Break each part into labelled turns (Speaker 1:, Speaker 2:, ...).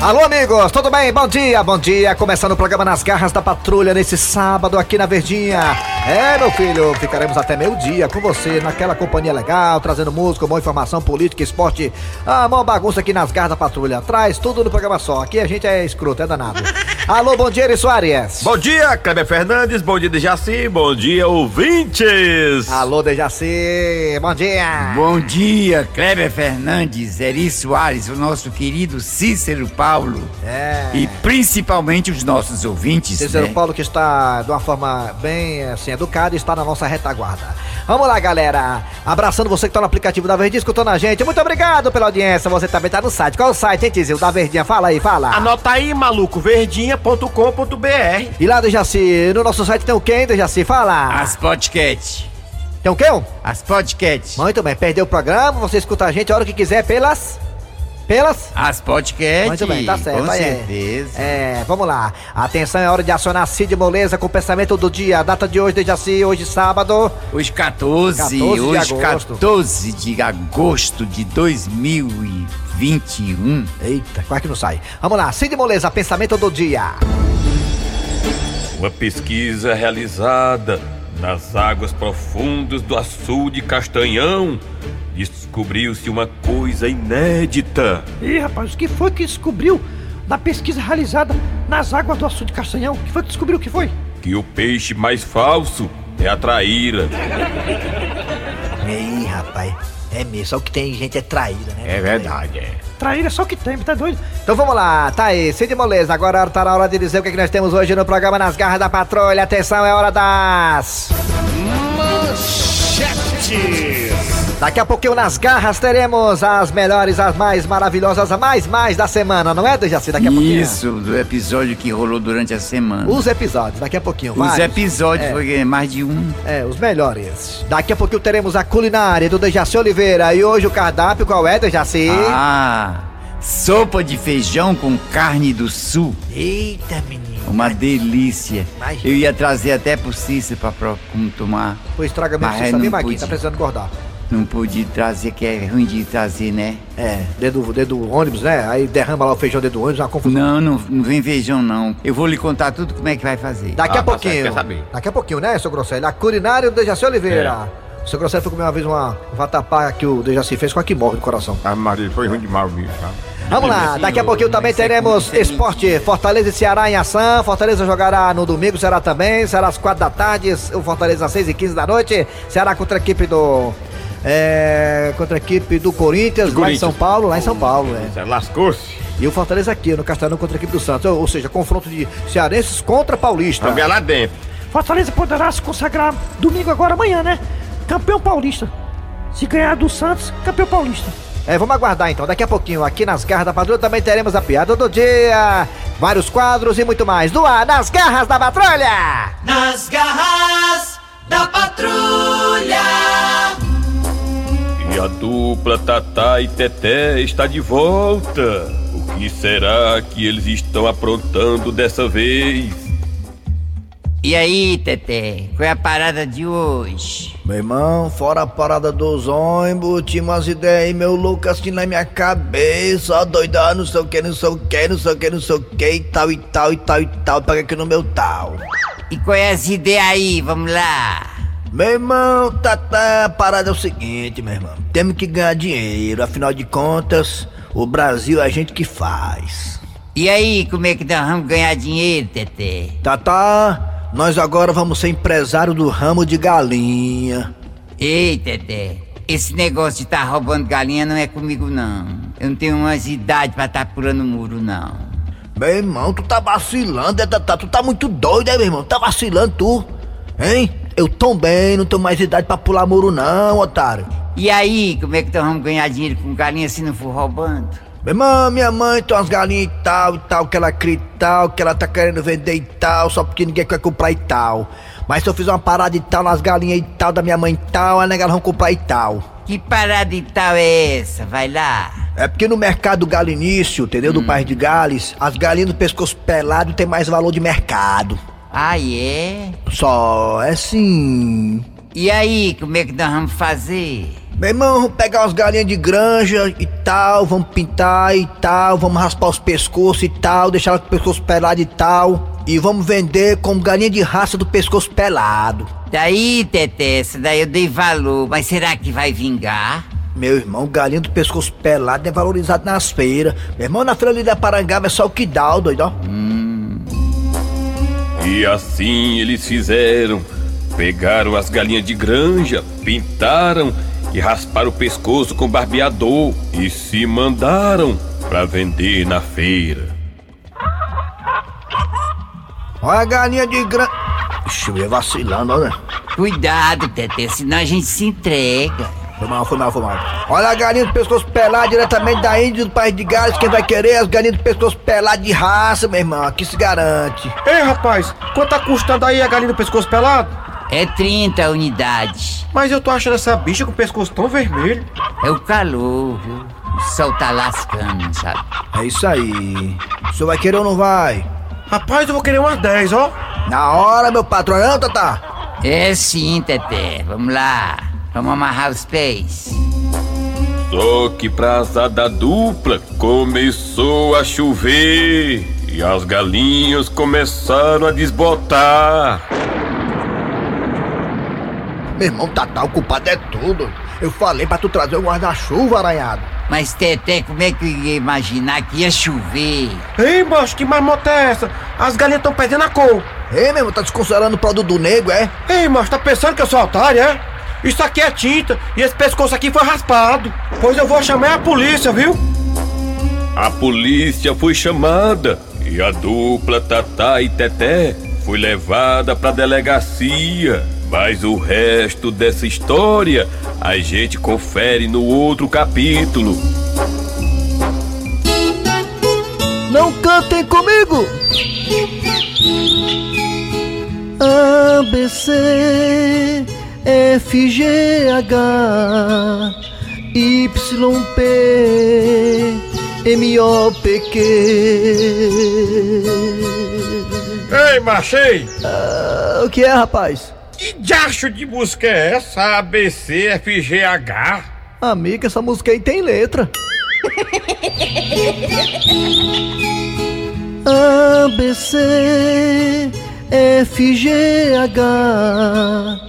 Speaker 1: Alô, amigos, tudo bem? Bom dia, bom dia. Começando o programa Nas Garras da Patrulha nesse sábado aqui na Verdinha. É, meu filho, ficaremos até meio-dia com você, naquela companhia legal, trazendo música, boa informação, política, esporte. Ah, mó bagunça aqui nas Garras da Patrulha. Traz tudo no programa só. Aqui a gente é escroto, é danado. Alô, bom dia, Eri Soares.
Speaker 2: Bom dia, Kleber Fernandes, bom dia, Dejaci, bom dia, ouvintes.
Speaker 1: Alô, Dejaci, bom dia.
Speaker 3: Bom dia, Kleber Fernandes, Eri Soares, o nosso querido Cícero Paulo.
Speaker 1: É.
Speaker 3: E principalmente os nossos ouvintes.
Speaker 1: Cícero
Speaker 3: né?
Speaker 1: Paulo que está de uma forma bem assim, educada e está na nossa retaguarda. Vamos lá, galera. Abraçando você que está no aplicativo da Verdinha, escutando a gente. Muito obrigado pela audiência. Você também está no site. Qual é o site, hein, Tizil? Da Verdinha. Fala aí, fala.
Speaker 2: Anota aí, maluco, verdinha.com.br.
Speaker 1: E lá, Dejaci, no nosso site tem o quem, Dejaci? Fala.
Speaker 3: As podcast.
Speaker 1: Tem o quem?
Speaker 3: As podcast.
Speaker 1: Muito bem. Perdeu o programa, você escuta a gente a hora que quiser pelas... Pelas...
Speaker 3: As podcast.
Speaker 1: Muito bem, tá certo.
Speaker 3: Com
Speaker 1: aí é.
Speaker 3: certeza.
Speaker 1: É, vamos lá. Atenção, é hora de acionar Cid Moleza com o pensamento do dia. A data de hoje, Dejaci, hoje sábado.
Speaker 3: Hoje 14,
Speaker 1: 14 de
Speaker 3: hoje
Speaker 1: agosto.
Speaker 3: 14 de agosto de 2021.
Speaker 1: Eita, quase é que não sai. Vamos lá, Cid Moleza, pensamento do dia.
Speaker 4: Uma pesquisa realizada nas águas profundas do açude Castanhão descobriu-se uma coisa inédita.
Speaker 5: Ih, rapaz, o que foi que descobriu na pesquisa realizada nas águas do açude Castanhão? O que foi que descobriu? O que foi?
Speaker 4: Que o peixe mais falso é a traíra.
Speaker 1: Ei, rapaz, é mesmo, só que tem gente é traída, né?
Speaker 2: É verdade, é.
Speaker 5: Traíra é só o que tem, tá doido?
Speaker 1: Então vamos lá, tá aí, Cid Moleza, agora tá na hora de dizer o que, é que nós temos hoje no programa Nas Garras da Patrulha. Atenção, é hora das... Daqui a pouquinho nas garras teremos as melhores, as mais maravilhosas, as mais, mais da semana, não é, Dejaci? Daqui a pouquinho.
Speaker 3: Isso, do episódio que rolou durante a semana.
Speaker 1: Os episódios, daqui a pouquinho,
Speaker 3: Os
Speaker 1: vários.
Speaker 3: episódios,
Speaker 1: É.
Speaker 3: foi mais de um.
Speaker 1: É, os melhores. Daqui a pouquinho teremos a culinária do Dejaci Oliveira. E hoje o cardápio qual é, Dejaci?
Speaker 3: Ah, sopa de feijão com carne do sul.
Speaker 1: Eita, menino.
Speaker 3: Uma delícia.
Speaker 1: Mas-
Speaker 3: Eu ia trazer até pro Cícero pra, pra como tomar.
Speaker 1: Pois traga mesmo,
Speaker 3: Mas
Speaker 1: você
Speaker 3: não
Speaker 1: sabe, Maguinho,
Speaker 3: podia.
Speaker 1: tá precisando engordar.
Speaker 3: Não pude trazer, que é ruim de trazer, né?
Speaker 1: É, dentro do, dentro do ônibus, né? Aí derrama lá o feijão dentro do ônibus, uma confusão.
Speaker 3: Não, não, não vem feijão, não. Eu vou lhe contar tudo como é que vai fazer.
Speaker 1: Daqui a
Speaker 2: Ah, tá
Speaker 1: pouquinho.
Speaker 2: certo, quer saber.
Speaker 1: Daqui a pouquinho, né, seu Grosselho? A culinária do Dejaci Oliveira.
Speaker 2: É.
Speaker 1: O seu Grosselho foi comer uma vez uma vatapá que o Dejaci fez, quase que morre do coração.
Speaker 2: A Maria Ah, foi ruim demais, bicho. tá?
Speaker 1: Vamos lá, daqui a pouquinho também
Speaker 3: Mas é
Speaker 1: teremos
Speaker 3: comida, é
Speaker 1: esporte. Fortaleza e Ceará em ação. Fortaleza jogará no domingo, será também. Será às 4 da tarde, o Fortaleza às 6 e 15 da noite. Ceará contra a equipe do. É, contra a equipe do Corinthians, lá em
Speaker 2: Corinthians.
Speaker 1: São Paulo, lá em São Paulo, é.
Speaker 2: Você Lascou-se.
Speaker 1: E o Fortaleza aqui, no Castelão contra a equipe do Santos. Ou, ou seja, confronto de cearenses contra paulista.
Speaker 4: é
Speaker 2: Também lá dentro.
Speaker 5: Fortaleza poderá se consagrar domingo agora, amanhã, né? Campeão paulista. Se ganhar do Santos, campeão paulista.
Speaker 1: É, vamos aguardar então. Daqui a pouquinho, aqui nas Garras da Patrulha, também teremos a piada do dia. Vários quadros e muito mais. No ar, nas Garras da Patrulha!
Speaker 6: Nas garras da patrulha.
Speaker 4: E a dupla Tatá e Teté está de volta. O que será que eles estão aprontando dessa vez?
Speaker 3: E aí, Tete, qual é a parada de hoje?
Speaker 7: Meu irmão, fora a parada dos ônibus, tinha umas ideias aí, meu louco, assim na minha cabeça, ó, doidão, não sei o que, não sei o que, não sei o que, não sei o que, e tal, e tal, e tal, e tal, pega aqui no meu tal.
Speaker 3: E qual é as ideias aí? Vamos lá.
Speaker 7: Meu irmão, tá, tá, a parada é o seguinte, meu irmão, temos que ganhar dinheiro, afinal de contas, o Brasil é a gente que faz.
Speaker 3: E aí, como é que nós vamos ganhar dinheiro, Tete?
Speaker 7: Tatá, Tá, nós agora vamos ser empresário do ramo de galinha.
Speaker 3: Ei, Tete, esse negócio de estar roubando galinha não é comigo, não. Eu não tenho mais idade pra estar pulando muro, não.
Speaker 7: Meu irmão, tu tá vacilando, é, Tatá? Tu tá muito doido, é, meu irmão? Tá vacilando, tu? Hein? Eu também não tenho mais idade pra pular muro, não, otário.
Speaker 3: E aí, como é que nós vamos ganhar dinheiro com galinha se não for roubando?
Speaker 7: Meu irmão, minha mãe tem umas galinhas e tal, e tal, que ela cria e tal, que ela tá querendo vender e tal, só porque ninguém quer comprar e tal. Mas se eu fizer uma parada e tal nas galinhas e tal da minha mãe e tal, a negada vão comprar e tal.
Speaker 3: Que parada e tal é essa? Vai lá.
Speaker 7: É porque no mercado galinício, entendeu? Do País de Gales, as galinhas do pescoço pelado tem mais valor de mercado.
Speaker 3: Ah, é?
Speaker 7: Só é assim.
Speaker 3: E aí, como é que nós vamos fazer?
Speaker 7: Meu irmão, vamos pegar umas galinhas de granja e tal, vamos pintar e tal, vamos raspar os pescoços e tal, deixar o pescoço pelado e tal. E vamos vender como galinha de raça do pescoço pelado.
Speaker 8: Daí, Tete, essa daí eu dei valor, mas será que vai vingar?
Speaker 7: Meu irmão, galinha do pescoço pelado é valorizado nas feiras. Meu irmão, na feira ali da Parangaba é só o que dá, ô doido, ó.
Speaker 4: E assim eles fizeram. Pegaram as galinhas de granja, pintaram e rasparam o pescoço com barbeador e se mandaram pra vender na feira.
Speaker 7: Olha a galinha de granja. Ixi, eu ia vacilando, olha.
Speaker 8: Cuidado, Tete, senão a gente se entrega.
Speaker 7: Foi mal, foi mal, foi mal. Olha a galinha do pescoço pelado diretamente da Índia do País de Gales. Quem vai querer é as galinhas do pescoço pelado de raça, meu irmão. Aqui se garante.
Speaker 9: Ei, rapaz, quanto tá custando aí a galinha do pescoço pelado?
Speaker 8: É 30 unidades.
Speaker 9: Mas eu tô achando essa bicha com o pescoço tão vermelho.
Speaker 8: É o calor, viu? O sol tá lascando, sabe?
Speaker 7: É isso aí. O senhor vai querer ou não vai?
Speaker 9: Rapaz, eu vou querer umas 10, ó.
Speaker 7: Na hora, meu patrão, não, Tatá?
Speaker 8: É sim, Tete. Vamos lá. Vamos amarrar os pés.
Speaker 4: Só que pra azar da dupla começou a chover e as galinhas começaram a desbotar.
Speaker 7: Meu irmão, Tatá, o culpado é tudo. Eu falei pra tu trazer o guarda-chuva, aranhado.
Speaker 8: Mas, Tete, como é que eu ia imaginar que ia chover?
Speaker 9: Ei, macho, que marmota é essa? As galinhas tão perdendo a cor.
Speaker 7: Ei, meu irmão, tá desconsiderando o produto do nego, é?
Speaker 9: Ei, macho, tá pensando que eu sou otário, é? Isso aqui é tinta e esse pescoço aqui foi raspado. Pois eu vou chamar a polícia, viu?
Speaker 4: A polícia foi chamada e a dupla Tatá e Teté foi levada pra delegacia. Mas o resto dessa história a gente confere no outro capítulo.
Speaker 7: Não cantem comigo! A, B, C, F, G, H, Y, P, M, O, P, Q.
Speaker 9: Ei, macho, ei.
Speaker 7: Ah, O que é, rapaz?
Speaker 9: Que diacho de busca é essa? ABC, FGH?
Speaker 7: Amiga, essa música aí tem letra. A, B, C, F, G, H.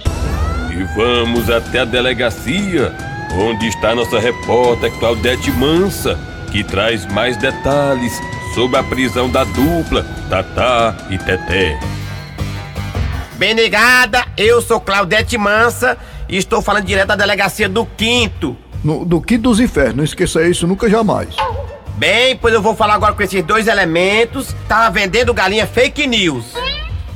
Speaker 4: E vamos até a delegacia, onde está nossa repórter Claudete Mansa, que traz mais detalhes sobre a prisão da dupla Tatá e Teté.
Speaker 9: Benegada, eu sou Claudete Mansa e estou falando direto da delegacia do Quinto.
Speaker 10: No- do Quinto dos Infernos, não esqueça isso nunca jamais.
Speaker 9: Bem, pois eu vou falar agora com esses dois elementos. Tava vendendo galinha fake news.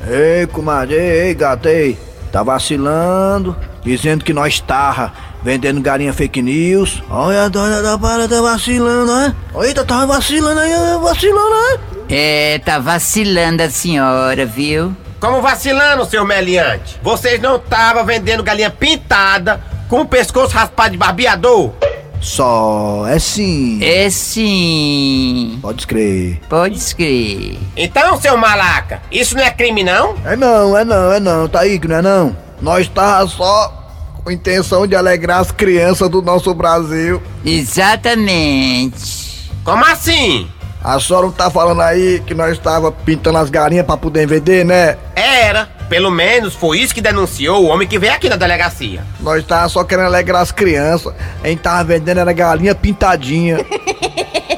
Speaker 7: Ei, comadre, ei, gato, ei. Tá vacilando, dizendo que nós tarra, vendendo galinha fake news. Olha a dona da para, tá vacilando, né? Eita, tava vacilando aí, ó, vacilando, né?
Speaker 8: É, tá vacilando a senhora, viu?
Speaker 9: Como vacilando, seu meliante? Vocês não tava vendendo galinha pintada com o pescoço raspado de barbeador?
Speaker 7: Só é sim.
Speaker 8: É sim.
Speaker 7: Pode escrever.
Speaker 8: Pode escrever.
Speaker 9: Então, seu malaca, isso não é crime, não?
Speaker 7: É não, é não, é não, tá aí que não é não. Nós tarra só com intenção de alegrar as crianças do nosso Brasil.
Speaker 8: Exatamente.
Speaker 9: Como assim?
Speaker 7: A senhora não tá falando aí que nós tava pintando as galinhas pra poder vender, né?
Speaker 9: Era. Pelo menos foi isso que denunciou o homem que veio aqui na delegacia.
Speaker 7: Nós tava só querendo alegrar as crianças. A gente tava vendendo era galinha pintadinha.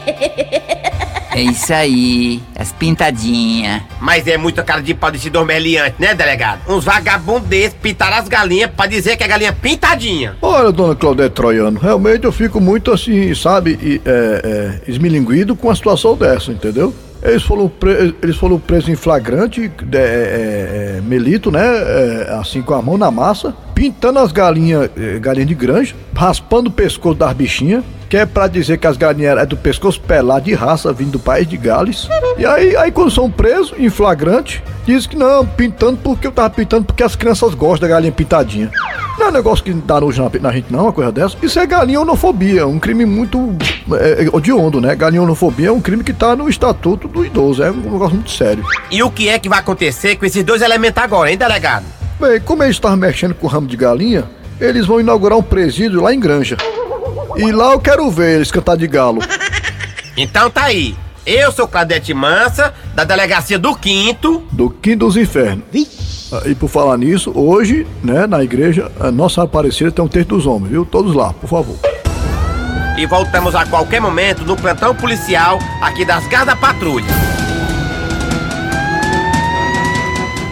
Speaker 8: É isso aí. As pintadinhas.
Speaker 9: Mas é muita cara de pau desse dormeliante, né, delegado? Uns vagabundos desses pintaram as galinhas pra dizer que é galinha pintadinha.
Speaker 10: Olha, dona Claudete Troiano, realmente eu fico muito assim, sabe, e, é, é, esmilinguido com a situação dessa, entendeu? Eles foram, pre- eles foram presos em flagrante, de- é, é, é, melito, né? é, assim, com a mão na massa, pintando as galinhas, é, galinha de granja, raspando o pescoço das bichinhas, que é pra dizer que as galinhas é do pescoço pelado de raça, vindo do país de Gales. E aí, aí quando são presos, em flagrante, diz que não, pintando porque eu tava pintando porque as crianças gostam da galinha pintadinha. Não é um negócio que dá nojo na, na gente, não, uma coisa dessa. Isso é galinhonofobia, um crime muito é, é, odiondo, né? Galinhonofobia é um crime que tá no estatuto do idoso, é um negócio muito sério.
Speaker 9: E o que é que vai acontecer com esses dois elementos agora, hein, delegado?
Speaker 10: Bem, como eles estavam mexendo com o ramo de galinha, eles vão inaugurar um presídio lá em Granja. E lá eu quero ver eles cantar de galo.
Speaker 9: Então tá aí. Eu sou Claudete Mansa, da delegacia do Quinto.
Speaker 10: Do Quinto dos Infernos. Ah, E por falar nisso, hoje, né, na igreja, a nossa Aparecida tem um texto dos homens, viu? Todos lá, por favor.
Speaker 9: E voltamos a qualquer momento no plantão policial aqui das Gardas da Patrulha.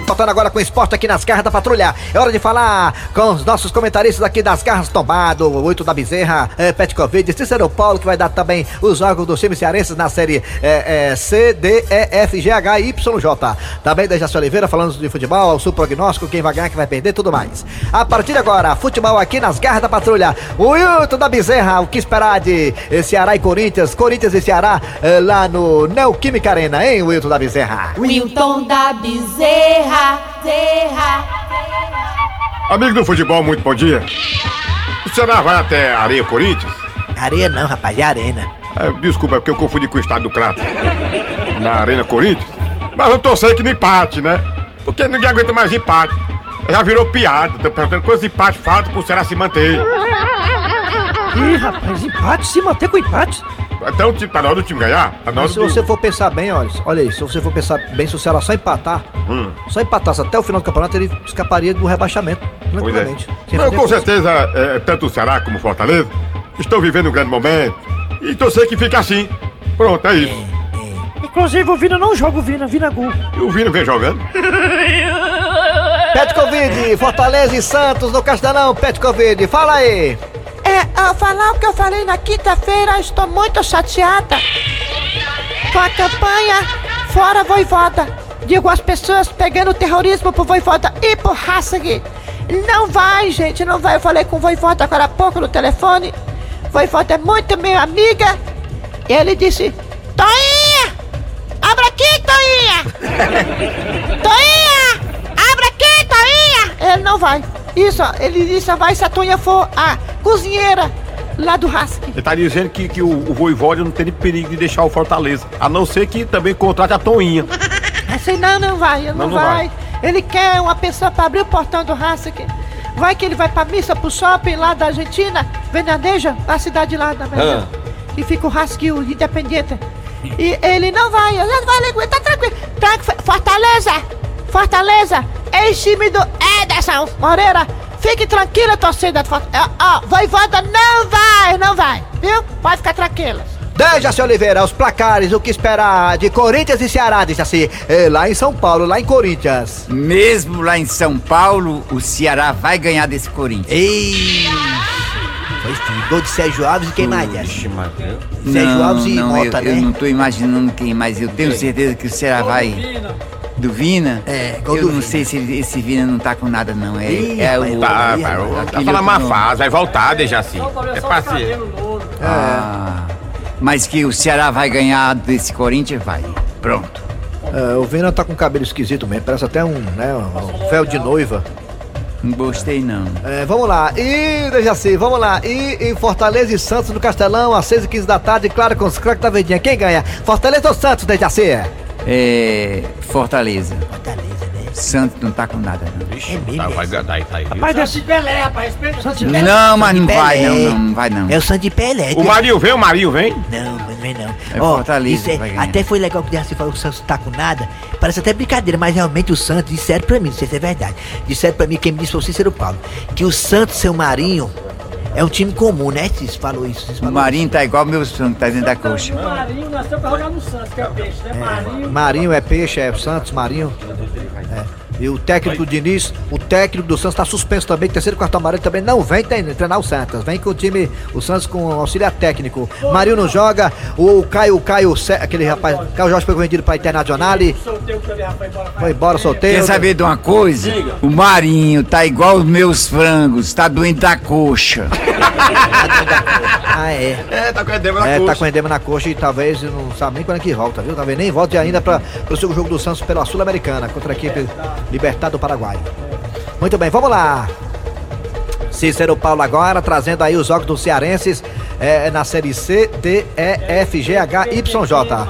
Speaker 1: Voltando agora com o esporte aqui nas garras da patrulha. É hora de falar com os nossos comentaristas aqui das garras tombado, oito da Bezerra, eh, Petkovic, Cícero Paulo, que vai dar também os jogos dos times cearenses na série eh, eh, C, D, E, F, G, H, Y, J. Também da Jaci Oliveira falando de futebol, o seu prognóstico, quem vai ganhar, quem vai perder, tudo mais. A partir de agora, futebol aqui nas garras da patrulha. O Wilton da Bezerra, o que esperar de eh, Ceará e Corinthians, Corinthians e Ceará eh, lá no Neoquímica Arena, hein, Wilton da Bezerra?
Speaker 11: Wilton da Bezerra, Bezerra.
Speaker 2: Amigo do futebol, muito bom dia. O Ceará vai até Areia Corinthians?
Speaker 7: Areia não, rapaz, é arena.
Speaker 2: Ah, desculpa, é porque eu confundi com o estado do Crato. Na Arena Corinthians? Mas eu torcer que no empate, né? Porque ninguém aguenta mais empate. Já virou piada, tô perguntando quantos empates faltam pro Ceará se manter.
Speaker 12: Ih, rapaz, empate, se manter com empate.
Speaker 2: Então, tipo, tá na hora do time ganhar? Tá na hora
Speaker 1: se
Speaker 2: do...
Speaker 1: você for pensar bem, olha, olha aí, se você for pensar bem, se o Ceará só empatar,
Speaker 2: Hum.
Speaker 1: só empatasse até o final do campeonato, ele escaparia do rebaixamento,
Speaker 2: Pois é.
Speaker 1: tranquilamente. Sem
Speaker 2: Não,
Speaker 1: fazer
Speaker 2: com
Speaker 1: força.
Speaker 2: certeza, é, tanto o Ceará como o Fortaleza estão vivendo um grande momento. E torcer que fica assim. Pronto, é isso.
Speaker 12: Inclusive, o Vina não joga o Vina, Vina gol.
Speaker 2: E o Vino vem jogando.
Speaker 1: Pet Covid, Fortaleza e Santos no Castelão, Pet Covid, fala aí.
Speaker 5: É, a falar o que eu falei na quinta-feira, estou muito chateada com a campanha Fora Voivoda. Digo as pessoas pegando o terrorismo pro Voivoda e pro Hassig. Não vai, gente, não vai. Eu falei com o Voivoda agora há pouco no telefone. Voivoda é muito minha amiga. Ele disse: Toinha! Abra aqui, Toinha! Toinha! Abre aqui, Toinha! Ele não vai. Isso, ó, ele disse só vai se a Toinha for a cozinheira lá do Hask.
Speaker 13: Ele tá dizendo que, que o, o Voivode não tem nem perigo de deixar o Fortaleza. A não ser que também contrate a Toinha.
Speaker 5: Assim, não, não vai, não,
Speaker 13: Não, não
Speaker 5: vai. Ele quer uma pessoa pra abrir o portão do Hask. Vai que ele vai pra missa, pro shopping lá da Argentina, Venadeja, a cidade lá da Venadeja. E fica o Hask, o Independiente. E ele não vai, ele não vai, ele tá tranquilo. Tranqu- Fortaleza, Fortaleza, ex-time do Ederson Moreira. Fique tranquila, torcida. do Fort- Ó, ó, Voivoda não vai, não vai, viu? Pode ficar tranquila.
Speaker 1: Dejaci Oliveira, os placares, o que esperar de Corinthians e Ceará, Dejaci, é, lá em São Paulo, lá em Corinthians.
Speaker 8: Mesmo lá em São Paulo, o Ceará vai ganhar desse Corinthians.
Speaker 7: Ei! Foi sim, gol de Sérgio Alves
Speaker 1: Hum.
Speaker 7: e quem mais? Jess? Sérgio
Speaker 8: Não,
Speaker 7: Alves e
Speaker 8: não,
Speaker 7: Mota,
Speaker 8: eu, eu
Speaker 7: né?
Speaker 8: não tô imaginando quem, mas eu tenho certeza que o Ceará vai. Do Vina? É,
Speaker 7: gol
Speaker 8: Eu
Speaker 7: do
Speaker 8: não sei se ele- esse Vina não tá com nada, não. É,
Speaker 7: Ih,
Speaker 8: é
Speaker 7: rapaz,
Speaker 8: o.
Speaker 13: Tá,
Speaker 8: aquele
Speaker 13: pai, ó, tá
Speaker 8: outro
Speaker 13: falando má
Speaker 8: nome.
Speaker 13: fase, vai voltar,
Speaker 9: assim.
Speaker 13: Dejaci. É paciência.
Speaker 8: Ah, mas que o Ceará vai ganhar desse Corinthians, vai. Pronto.
Speaker 1: É, o Vina tá com cabelo esquisito mesmo, parece até um, né, um fel de noiva.
Speaker 8: Não gostei, não.
Speaker 1: É, vamos lá. E, Dejaci, vamos lá. E, e Fortaleza e Santos no Castelão, às 6h15 da tarde, claro, com os craques da Verdinha. Quem ganha? Fortaleza ou Santos, assim, Dejaci?
Speaker 8: É. Fortaleza. Fortaleza, né? Santos não tá com nada, não.
Speaker 7: É
Speaker 13: Tá, vai ganhar, tá aí. viu?
Speaker 12: Rapaz, desse Pelé, rapaz, respeita
Speaker 8: Não, mas não
Speaker 7: Santos
Speaker 8: vai,
Speaker 7: Pelé.
Speaker 8: não, não, não vai, não.
Speaker 7: É o Sandy Pelé.
Speaker 13: O Marinho vem, o Marinho vem.
Speaker 7: Não, mas não vem não.
Speaker 8: É
Speaker 7: Ó,
Speaker 8: Fortaleza
Speaker 7: isso é-
Speaker 8: que vai ganhar.
Speaker 7: até foi legal que o Dercy falou que o Santos tá com nada. Parece até brincadeira, mas realmente o Santos, disseram pra mim, não sei se é verdade. Disseram pra mim, quem me disse foi o Cícero Paulo, que o Santos, seu Marinho, é um time comum, né? Cícero falou isso. Cícero
Speaker 8: O
Speaker 7: falou
Speaker 8: Marinho tá igual meu santo, tá dentro da coxa.
Speaker 12: Marinho nasceu pra jogar no Santos, que é peixe, né? Marinho.
Speaker 1: Marinho é peixe, é Santos, Marinho. É. E o técnico Diniz, o técnico do Santos tá suspenso também, terceiro quarto amarelo também não vem tre- treinar o Santos. Vem com o time, o Santos com auxiliar técnico. Marinho não joga, o Caio, o Caio, Ce- aquele rapaz, Caio Jorge foi vendido pra Internacional e
Speaker 12: Solteiro que ele rapaz embora.
Speaker 1: foi embora solteiro.
Speaker 8: Quer saber de uma coisa? O Marinho tá igual os meus frangos, tá doente da coxa.
Speaker 1: Ah, é.
Speaker 13: É, tá com a Débora
Speaker 1: É, tá
Speaker 13: Cruz.
Speaker 1: com edema na coxa e talvez não sabe nem quando é que volta, viu? Talvez nem volte ainda para o seu jogo do Santos pela Sul-Americana contra a equipe Libertad do Paraguai. Muito bem, vamos lá. Cícero Paulo agora trazendo aí os é, jogos dos cearenses eh, na série C, D, E, F, G, H, Y, J.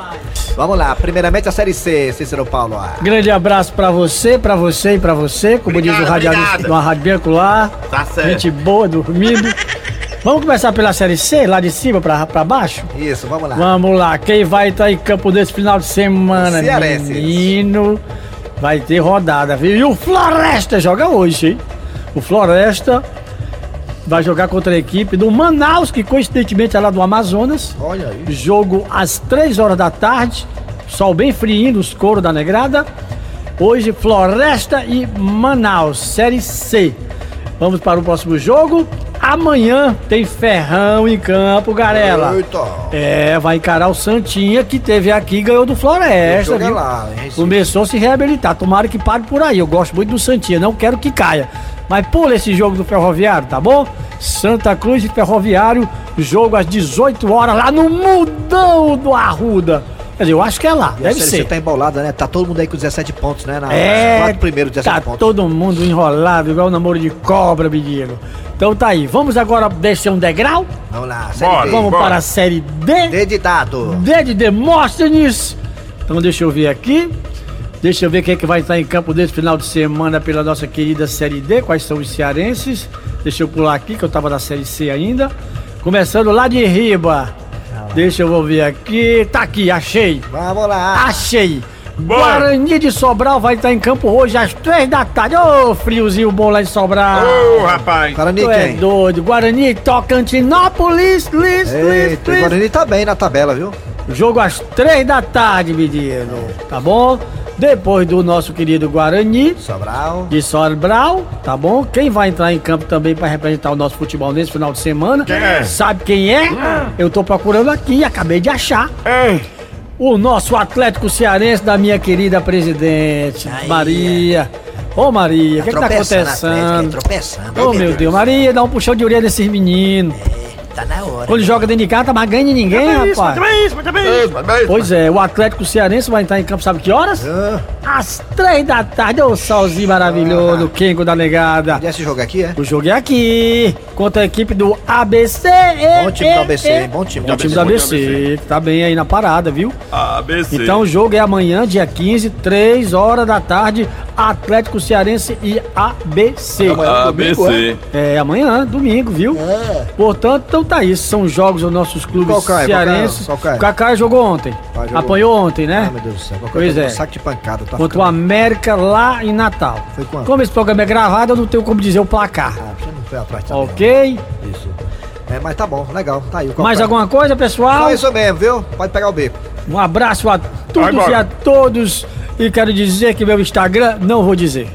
Speaker 1: Vamos lá, primeiramente a Série C, Cícero Paulo. Ah,
Speaker 14: Grande abraço pra você, pra você e pra você, como diz o radialista do Rádio Biancular.
Speaker 1: Tá certo.
Speaker 14: Gente boa, dormindo. Vamos começar pela Série C, lá de cima pra, pra baixo?
Speaker 1: Isso, vamos lá.
Speaker 14: Vamos lá, quem vai estar em campo desse final de semana,
Speaker 1: Cearense.
Speaker 14: menino? Vai ter rodada, viu? E o Floresta joga hoje, hein? O Floresta vai jogar contra a equipe do Manaus, que coincidentemente é lá do Amazonas.
Speaker 1: Olha aí.
Speaker 14: Jogo às 3 horas da tarde, sol bem friinho, os couro da negrada. Hoje, Floresta e Manaus, Série C. Vamos para o próximo jogo. Amanhã tem Ferrão em campo, Garela.
Speaker 1: Eita.
Speaker 14: É, vai encarar o Santinha, que teve aqui e ganhou do Floresta.
Speaker 1: O jogo é
Speaker 14: viu?
Speaker 1: lá, em Recife.
Speaker 14: Começou a se reabilitar. Tomara que pare por aí. Eu gosto muito do Santinha, não quero que caia. Mas pula esse jogo do Ferroviário, tá bom? Santa Cruz e Ferroviário, jogo às 18 horas lá no Mudão do Arruda. Quer dizer, eu acho que é lá,
Speaker 1: E a
Speaker 14: deve
Speaker 1: Série
Speaker 14: ser.
Speaker 1: C tá embolada, né? Tá todo mundo aí com 17 pontos, né? Na,
Speaker 14: É,
Speaker 1: quatro primeiros, 17
Speaker 14: tá
Speaker 1: pontos.
Speaker 14: todo mundo enrolado, igual namoro de cobra, menino. Então tá aí, vamos agora descer um degrau?
Speaker 1: Vamos lá,
Speaker 14: Bora, Vamos para a série D. D
Speaker 1: de dado.
Speaker 14: D de Demóstenes. Então deixa eu ver aqui. Deixa eu ver quem é que vai estar em campo desse final de semana pela nossa querida série D. Quais são os cearenses? Deixa eu pular aqui que eu tava na série C ainda. Começando lá de Riba.
Speaker 1: Ah
Speaker 14: Deixa eu ver aqui. Tá aqui, achei.
Speaker 1: Vamos
Speaker 14: Ah,
Speaker 1: lá.
Speaker 14: Achei.
Speaker 1: Bora.
Speaker 14: Guarani de Sobral vai estar em campo hoje às três da tarde. Ô, friozinho bom lá em Sobral.
Speaker 15: Ô, rapaz.
Speaker 1: Guarani
Speaker 14: Tu é
Speaker 1: quem?
Speaker 14: doido. Guarani e Tocantinópolis, Lis, Lis,
Speaker 1: Eita, o
Speaker 14: Lis.
Speaker 1: Guarani tá bem na tabela, viu?
Speaker 14: Jogo às três da tarde, menino. Tá bom? Depois do nosso querido Guarani.
Speaker 1: Sobral.
Speaker 14: De Sobral, tá bom? Quem vai entrar em campo também pra representar o nosso futebol nesse final de semana?
Speaker 15: Quem é? Ah.
Speaker 14: Sabe quem é? Eu tô procurando aqui, acabei de achar.
Speaker 3: É.
Speaker 14: O nosso Atlético Cearense da minha querida presidente, Maria. Ô Maria, o que, que tá
Speaker 16: tropeçando, é. Atlético, é
Speaker 14: acontecendo?
Speaker 16: tropeçando.
Speaker 14: Ô meu Deus, Maria, dá um puxão de orelha nesses meninos.
Speaker 16: Tá na hora.
Speaker 7: né?
Speaker 14: Quando joga dentro de casa, tá mais ganha de ninguém,
Speaker 17: Mas também
Speaker 14: rapaz.
Speaker 17: isso, mas também isso, mas também isso. Mas também isso,
Speaker 14: Pois é, o Atlético Cearense vai entrar em campo, sabe que horas?
Speaker 1: Ah.
Speaker 14: Às três da tarde, ô solzinho
Speaker 1: Ah.
Speaker 14: maravilhoso, Kengo da negada.
Speaker 1: E esse jogo aqui, é?
Speaker 14: O jogo é aqui, contra a equipe do ABC.
Speaker 1: Bom time do ABC, hein? Bom time do
Speaker 14: é, Bom time do
Speaker 1: ABC, bom time do
Speaker 14: ABC, que tá bem aí na parada, viu?
Speaker 1: Ah,
Speaker 4: ABC.
Speaker 14: Então o jogo é amanhã, dia 15, 3 horas da tarde, Atlético Cearense e ABC.
Speaker 4: Amanhã, domingo, ABC.
Speaker 14: é? É, amanhã, domingo, viu? Portanto, então tá isso. São jogos dos nossos clubes
Speaker 1: É. Qual cai? Qual cai?
Speaker 14: cearenses.
Speaker 1: Qual cai?
Speaker 14: O Cacá jogou ontem.
Speaker 1: Ah, jogou.
Speaker 14: Apanhou ontem, né?
Speaker 1: Ah, meu Deus do céu. qualquer
Speaker 14: Pois
Speaker 1: coisa,
Speaker 14: é.
Speaker 1: um Saco de pancada, tá
Speaker 14: Contra o América lá em Natal.
Speaker 1: quanto?
Speaker 14: Como esse programa é gravado, eu não tenho como dizer o placar.
Speaker 1: ficando- Ah, não foi atrás também.
Speaker 14: ok?
Speaker 1: Isso. É, mas tá bom, legal. Tá aí. o
Speaker 14: Mais
Speaker 1: Copa.
Speaker 14: alguma coisa, pessoal?
Speaker 1: Só isso mesmo, viu? Pode pegar o beco.
Speaker 14: Um abraço a
Speaker 1: Vai
Speaker 14: todos
Speaker 1: embora.
Speaker 14: e a todos. E quero dizer que meu Instagram não vou dizer.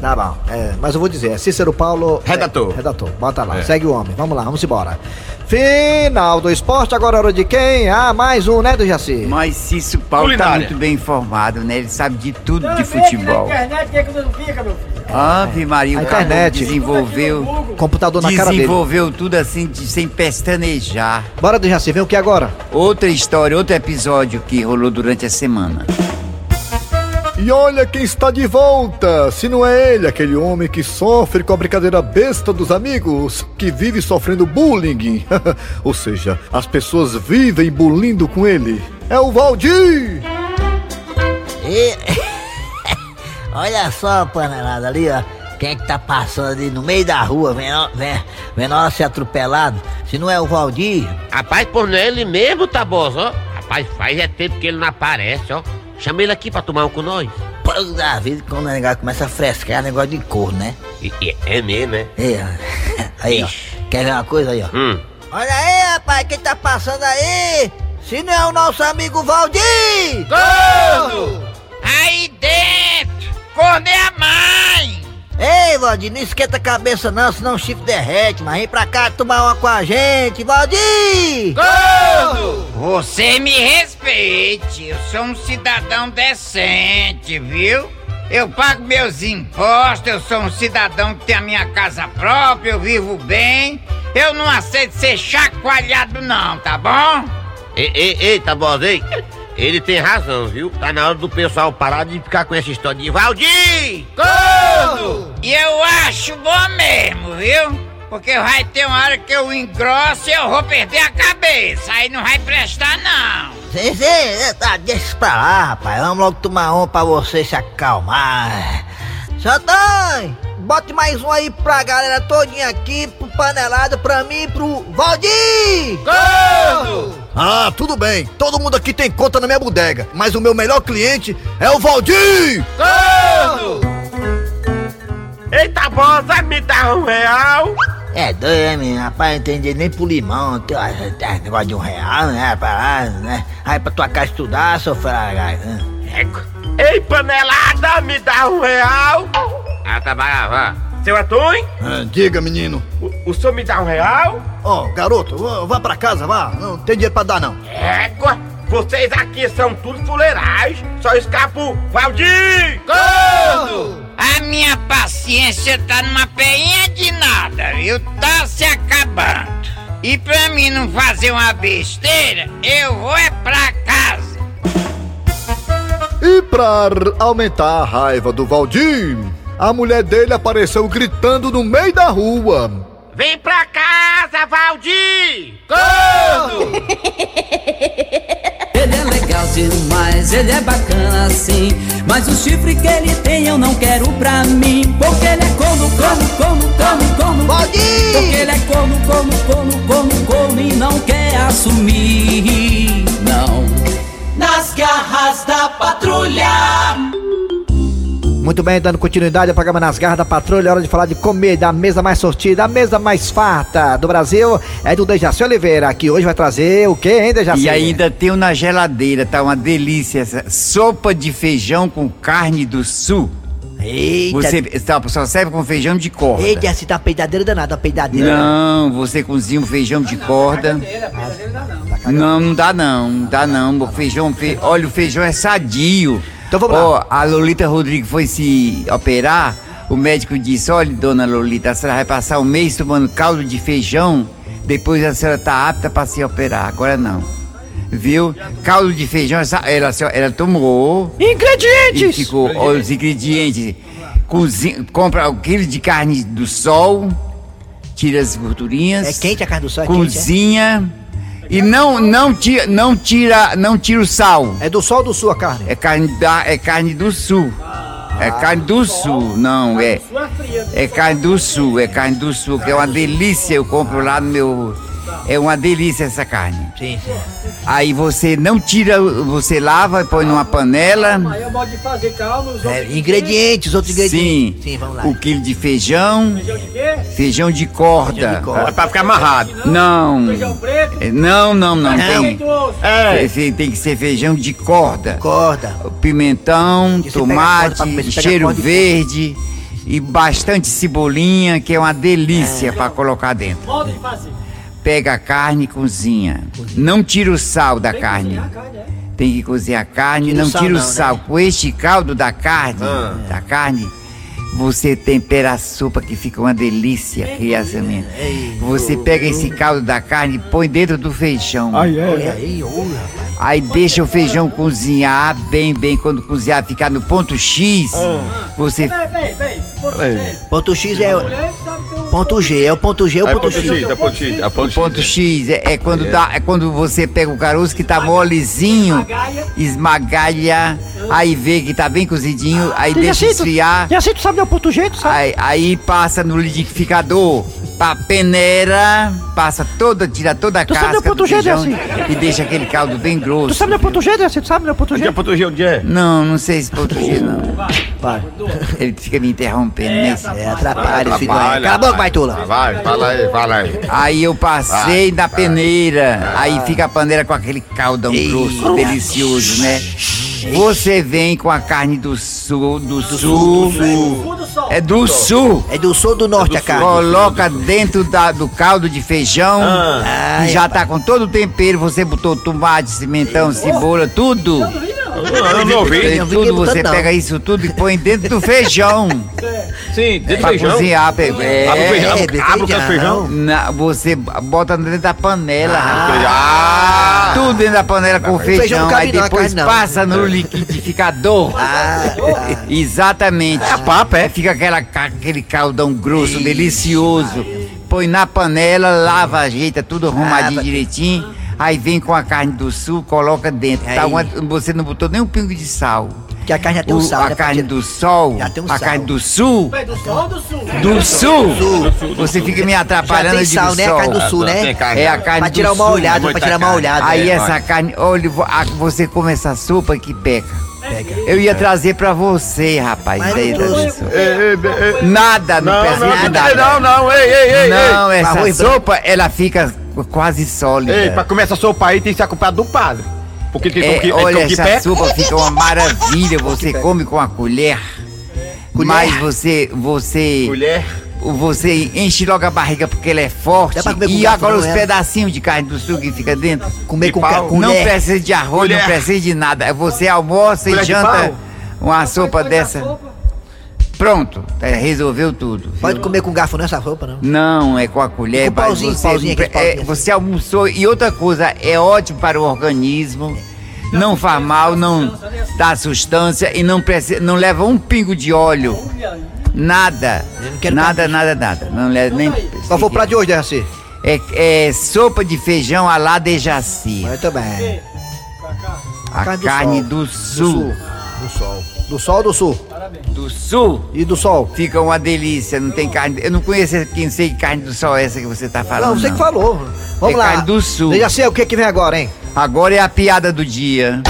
Speaker 1: Tá bom, é, mas eu vou dizer, é Cícero Paulo. Redator. redator, bota lá,
Speaker 14: É.
Speaker 1: segue o homem. Vamos lá, vamos embora. Final do esporte, agora é hora de quem? Ah, mais um, né, do Jaci?
Speaker 3: Mas Cícero Paulo tá muito bem informado, né? Ele sabe de tudo de futebol.
Speaker 14: internet, é que não fica, meu filho?
Speaker 3: Ave Maria,
Speaker 1: A
Speaker 3: o cara
Speaker 1: internet.
Speaker 3: desenvolveu.
Speaker 1: Computador um na cara dele.
Speaker 3: Desenvolveu tudo assim, de- sem pestanejar.
Speaker 1: Bora do Jaci, vem o que agora?
Speaker 3: Outra história, outro episódio que rolou durante a semana.
Speaker 10: E olha quem está de volta! Se não é ele, aquele homem que sofre com a brincadeira besta dos amigos, que vive sofrendo bullying. Ou seja, as pessoas vivem bulindo com ele. É o Valdir!
Speaker 7: E... Olha É só, panelada ali, ó. Quem é que tá passando ali no meio da rua, vendo, vendo, vendo ela ser atropelado? Se não é o Valdir.
Speaker 9: Rapaz, pô, não é ele mesmo, Tabosa, ó. Rapaz, faz é tempo que ele não aparece, ó. Chama ele aqui pra tomar um com nós.
Speaker 7: Pô, da vida, quando o negócio começa a frescar, é negócio de cor, né?
Speaker 9: E- e- é mesmo, né?
Speaker 7: É, aí, ó. Quer ver uma coisa aí, ó?
Speaker 9: Hum.
Speaker 7: Olha aí, rapaz, quem tá passando aí? Se não é o nosso amigo Valdir! Gordo! Aí dentro! Corne a mãe! Ei, Valdir, não esquenta a cabeça não, senão o chifre derrete, mas vem pra cá tomar uma com a gente, Valdir! Gordo!
Speaker 3: Você me respeite, eu sou um cidadão decente, viu? Eu pago meus impostos, eu sou um cidadão que tem a minha casa própria, eu vivo bem. Eu não aceito ser chacoalhado, não, tá bom?
Speaker 9: Ei, ei, ei, Tabosa, ei. Ele tem razão, viu? Tá na hora do pessoal parar de ficar com essa história de Valdir!
Speaker 3: Gordo! E eu acho bom mesmo, viu? Porque vai ter uma hora que eu engrosso e eu vou perder a cabeça. Aí não vai prestar, não.
Speaker 7: Sim, sim, é, tá, deixa isso pra lá, rapaz. Vamos logo tomar um pra você se acalmar. Xandão, bote mais um aí pra galera todinha aqui, pro panelado, pra mim e pro Valdir! Gordo!
Speaker 18: Ah, tudo bem. Todo mundo aqui tem conta na minha bodega. Mas o meu melhor cliente é o Valdir!
Speaker 9: Eita, bosa, me dá um real.
Speaker 7: É doido, né, menino? Rapaz, não entendi nem pro limão. Tem ó, tem negócio de um real, né? Pra lá, né? Aí pra tua casa estudar, seu fragado. né?
Speaker 9: Ei, panelada, me dá um real. Ah, tá barato. Seu Atum?
Speaker 19: diga, menino.
Speaker 9: O, o senhor me dá um real?
Speaker 18: Ó, garoto, vá, vá pra casa, vá. Não tem dinheiro pra dar, não.
Speaker 9: Égua, vocês aqui são tudo fuleirais. Só escapa o Valdir!
Speaker 20: A minha paciência tá numa peinha de nada, viu? Tá se acabando. E pra mim não fazer uma besteira, eu vou é pra casa.
Speaker 10: E pra r- aumentar a raiva do Valdir, a mulher dele apareceu gritando no meio da rua.
Speaker 9: Vem pra casa, Valdir!
Speaker 11: Ele é legal demais, ele é bacana assim. Mas o chifre que ele tem eu não quero pra mim. Porque ele é como, como, como, como, como. Porque ele é como, como, como, como, como. E não quer assumir, não.
Speaker 6: Nas garras da patrulha.
Speaker 1: Muito bem, dando continuidade ao programa Nas Garras da Patrulha, é hora de falar de comida, a mesa mais sortida, a mesa mais farta do Brasil é do Dejaci Oliveira, que hoje vai trazer o que, hein, Dejaci?
Speaker 3: E ainda tem um na geladeira, tá uma delícia essa sopa de feijão com carne do sul.
Speaker 7: Eita.
Speaker 3: Você tá, só serve com feijão de corda.
Speaker 7: Ei, Jesse, tá peidadeira danada,
Speaker 3: né?
Speaker 7: peidadeira.
Speaker 3: Não, você cozinha um feijão de corda. Não, não dá não, não dá não. O feijão, fe- olha, o feijão é sadio. Então vamos lá. a Lolita Rodrigues foi se operar, o médico disse, olha, dona Lolita, a senhora vai passar um mês tomando caldo de feijão, depois a senhora tá apta para se operar, agora não. Viu? Caldo de feijão, essa- ela, só- ela tomou.
Speaker 5: Ingredientes!
Speaker 3: E ficou, ó, os ingredientes. Cozinha, compra um quilo de carne do sol, tira as gordurinhas. É quente
Speaker 7: a carne do sol,
Speaker 3: é Cozinha. E não, não, tira, não, tira, não tira o sal.
Speaker 1: É do sol ou do sul a carne?
Speaker 3: É carne, da, é carne do sul. É carne do sul, não, é. É carne do sul, é carne do sul, que é uma delícia. Eu compro lá no meu. É uma delícia essa carne.
Speaker 7: Sim, sim.
Speaker 3: Aí você não tira, você lava, põe numa panela.
Speaker 14: Aí eu modo de fazer caldo.
Speaker 1: É,
Speaker 14: os É, outros-
Speaker 7: outros
Speaker 3: ingredientes. Sim,
Speaker 7: vamos
Speaker 3: lá. O quilo de feijão. Feijão de quê? Feijão de corda.
Speaker 14: Feijão de corda.
Speaker 3: É pra ficar amarrado. Não.
Speaker 14: Feijão preto.
Speaker 3: É, Não, não, não.
Speaker 14: Feijão
Speaker 3: Tem,
Speaker 14: preto.
Speaker 3: é. fe- tem que ser feijão de corda. Corda. Pimentão, tomate,
Speaker 7: corda pra- você pega
Speaker 3: cheiro
Speaker 7: corda e-
Speaker 3: verde e bastante cebolinha, que é uma delícia pra colocar dentro.
Speaker 14: Modo de fazer.
Speaker 3: Pega a carne e cozinha. Não tira o sal da carne.
Speaker 7: é?
Speaker 3: Tem que cozinhar a carne,
Speaker 14: Tira o
Speaker 3: não
Speaker 14: sal
Speaker 3: tira o
Speaker 14: não, né?
Speaker 3: sal. Com este caldo da carne,
Speaker 7: Ah.
Speaker 3: da carne, você tempera a sopa que fica uma delícia, criança minha. Você pega esse caldo da carne e põe dentro do feijão.
Speaker 14: é.
Speaker 7: Olha aí, olha.
Speaker 3: Aí deixa o feijão cozinhar bem, bem. Quando cozinhar, ficar no ponto X,
Speaker 7: Ah.
Speaker 3: você
Speaker 5: Vem, vem,
Speaker 2: É.
Speaker 5: vem.
Speaker 7: Ponto X é. o- Ponto G, é o ponto G, é o ponto, X.
Speaker 3: O ponto X é, é quando
Speaker 7: É.
Speaker 3: dá, é quando você pega o caroço que tá molezinho, esmagalha, aí vê que tá bem cozidinho, aí
Speaker 5: Tu já
Speaker 3: deixa
Speaker 5: sei, tu-
Speaker 3: esfriar.
Speaker 5: Já sei, tu sabe o ponto jeito, sabe?
Speaker 3: Aí, aí passa no liquidificador, pra peneira, passa toda, tira toda a
Speaker 5: Tu sabe
Speaker 3: casca
Speaker 5: meu ponto
Speaker 3: do
Speaker 5: G,
Speaker 3: feijão
Speaker 5: Delcy?
Speaker 3: e deixa aquele caldo bem
Speaker 5: Tu
Speaker 3: grosso.
Speaker 5: sabe o ponto G, Jesse? Tu sabe o ponto G?
Speaker 3: ponto G onde é? Não, não sei se ponto G não.
Speaker 7: Vai.
Speaker 3: Ele fica me interrompendo, né?
Speaker 7: É, atrapalha, filho. Cala a boca, baitola.
Speaker 3: Ah, Vai, fala aí, fala aí. Aí eu passei
Speaker 7: Vai,
Speaker 3: na
Speaker 7: vai.
Speaker 3: peneira.
Speaker 7: Vai.
Speaker 3: Aí fica a paneira com aquele caldão grosso, delicioso, né? Você vem com a carne do sul, do, sul. É do sul.
Speaker 7: É do sul do norte a carne.
Speaker 3: Coloca dentro da- do caldo de feijão,
Speaker 7: Ah.
Speaker 3: que já tá com todo o tempero. Você botou tomate, pimentão, cebola, tudo.
Speaker 12: Eu não ouvi.
Speaker 3: Tem
Speaker 12: Eu não
Speaker 3: Tudo,
Speaker 12: ouvi,
Speaker 3: você
Speaker 12: não.
Speaker 3: pega isso tudo e põe dentro do feijão.
Speaker 12: Sim, dentro do
Speaker 3: Pra
Speaker 12: feijão.
Speaker 3: cozinhar, pe- é,
Speaker 12: Abre o feijão,
Speaker 3: é,
Speaker 12: abre, abre o canto do feijão.
Speaker 3: Na- você bota dentro da panela. rapaz. tudo dentro da panela com
Speaker 7: O feijão
Speaker 3: feijão.
Speaker 7: não cabe
Speaker 3: aí
Speaker 7: não,
Speaker 3: depois
Speaker 7: cabe não.
Speaker 3: passa no liquidificador. Exatamente. É papo, é? Fica aquela, ca- aquele caldão grosso, delicioso. Põe na panela, lava, ajeita tudo arrumadinho direitinho. aí vem com a carne do sul, coloca dentro. Tá uma- você não botou nem um pingo de sal.
Speaker 12: Que a carne já tem um
Speaker 3: o,
Speaker 12: sal,
Speaker 3: A
Speaker 12: né,
Speaker 3: carne do sol, a carne do sul,
Speaker 14: Do sol do sul?
Speaker 3: do sul. Você fica me atrapalhando
Speaker 12: tem
Speaker 3: de
Speaker 12: sal, né? A carne do sul, né? Tem carne,
Speaker 3: É a
Speaker 12: né?
Speaker 3: carne
Speaker 12: Pra
Speaker 3: do
Speaker 12: tirar uma
Speaker 3: sul.
Speaker 12: olhada, pra tirar uma
Speaker 3: carne.
Speaker 12: olhada,
Speaker 3: Aí
Speaker 12: é,
Speaker 3: essa
Speaker 12: olha.
Speaker 3: carne, olha, vo- a- você come essa sopa que peca. Eu ia trazer pra você, rapaz. daí, daí,
Speaker 2: É,
Speaker 3: Nada, não,
Speaker 9: Não,
Speaker 3: peça
Speaker 9: não,
Speaker 3: de
Speaker 9: não,
Speaker 3: nada.
Speaker 9: não, não, ei, ei, ei,
Speaker 3: Não,
Speaker 9: ei.
Speaker 3: essa
Speaker 9: Arroz
Speaker 3: sopa, ela fica quase sólida.
Speaker 9: Ei, pra comer essa sopa aí tem que ser acompanhado do padre. Porque tem
Speaker 3: É,
Speaker 9: que, tem
Speaker 3: olha,
Speaker 9: que
Speaker 3: essa
Speaker 9: pé.
Speaker 3: sopa fica uma maravilha. Você come com a colher, mas você, você,
Speaker 21: Colher.
Speaker 3: você enche logo a barriga porque ela é forte.
Speaker 21: Dá pra comer com
Speaker 3: E
Speaker 21: garfo,
Speaker 3: agora
Speaker 21: não
Speaker 3: os
Speaker 21: é?
Speaker 3: pedacinhos de carne do sul que fica dentro.
Speaker 12: Comer
Speaker 3: De
Speaker 12: com
Speaker 3: pau.
Speaker 12: colher.
Speaker 3: Não precisa de arroz, não
Speaker 12: Colher.
Speaker 3: precisa de nada. É Você almoça
Speaker 12: Colher
Speaker 3: e
Speaker 12: de
Speaker 3: janta
Speaker 12: pau?
Speaker 3: uma sopa dessa. Pronto, é, resolveu tudo.
Speaker 12: Pode comer com garfo nessa roupa, não.
Speaker 3: Não, é com a colher.
Speaker 12: Com pauzinho,
Speaker 3: você,
Speaker 12: pauzinho, assim. aquele
Speaker 3: é, você almoçou. E outra coisa, é ótimo para o organismo. Não faz mal, não dá sustância e não, preci- não leva um pingo de óleo. Nada. Nada, nada, nada. Não
Speaker 12: Então
Speaker 3: leva
Speaker 12: tá
Speaker 3: nem. Qual foi o prato de hoje, Jaci? É, é sopa de feijão à la de Jaci.
Speaker 12: Muito bem.
Speaker 3: A carne, do, sul.
Speaker 12: Do sol. Do sol ou do sul?
Speaker 3: Do sul.
Speaker 12: E do sol?
Speaker 3: Fica uma delícia, não tem carne. Eu não conheço quem sei que carne do sol é essa que você tá falando.
Speaker 12: Não, você que falou. Vamos
Speaker 3: É
Speaker 12: lá.
Speaker 3: carne do sul.
Speaker 12: Eu já sei o que que vem agora, hein?
Speaker 3: Agora é a piada do dia.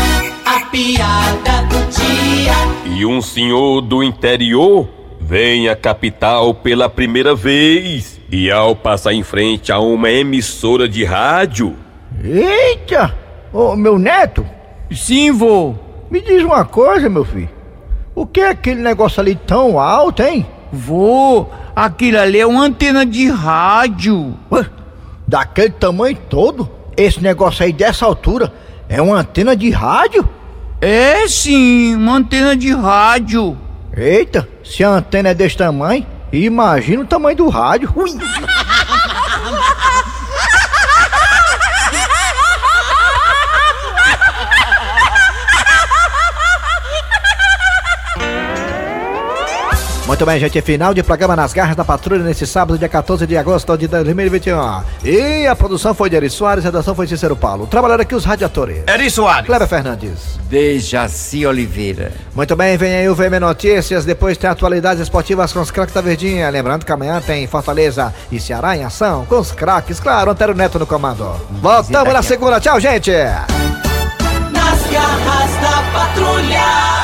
Speaker 6: A piada do dia.
Speaker 4: E um senhor do interior vem à capital pela primeira vez. E ao passar em frente a uma emissora de rádio,
Speaker 7: Eita! Ô, meu neto? Sim, vô. Me diz uma coisa, meu filho. O que é aquele negócio ali tão alto, hein? Vô, aquilo ali é uma antena de rádio. daquele tamanho todo? Esse negócio aí dessa altura é uma antena de rádio? É sim, uma antena de rádio. Eita, se a antena é desse tamanho, imagina o tamanho do rádio. Ui.
Speaker 1: Muito bem, gente. Final de programa nas garras da patrulha nesse sábado, dia 14 de agosto de 2021. E a produção foi de Eri Soares, a redação foi de Cícero Paulo. Trabalharam aqui os radiadores.
Speaker 3: Eri Soares.
Speaker 1: Cleber Fernandes.
Speaker 3: Dejaci Oliveira.
Speaker 1: Muito bem, vem aí o VM Notícias, depois tem atualidades esportivas com os craques da Verdinha. Lembrando que amanhã tem Fortaleza e Ceará em ação com os craques, claro, Antero Neto no comando. Voltamos na segunda, tchau, gente!
Speaker 6: Nas garras da patrulha.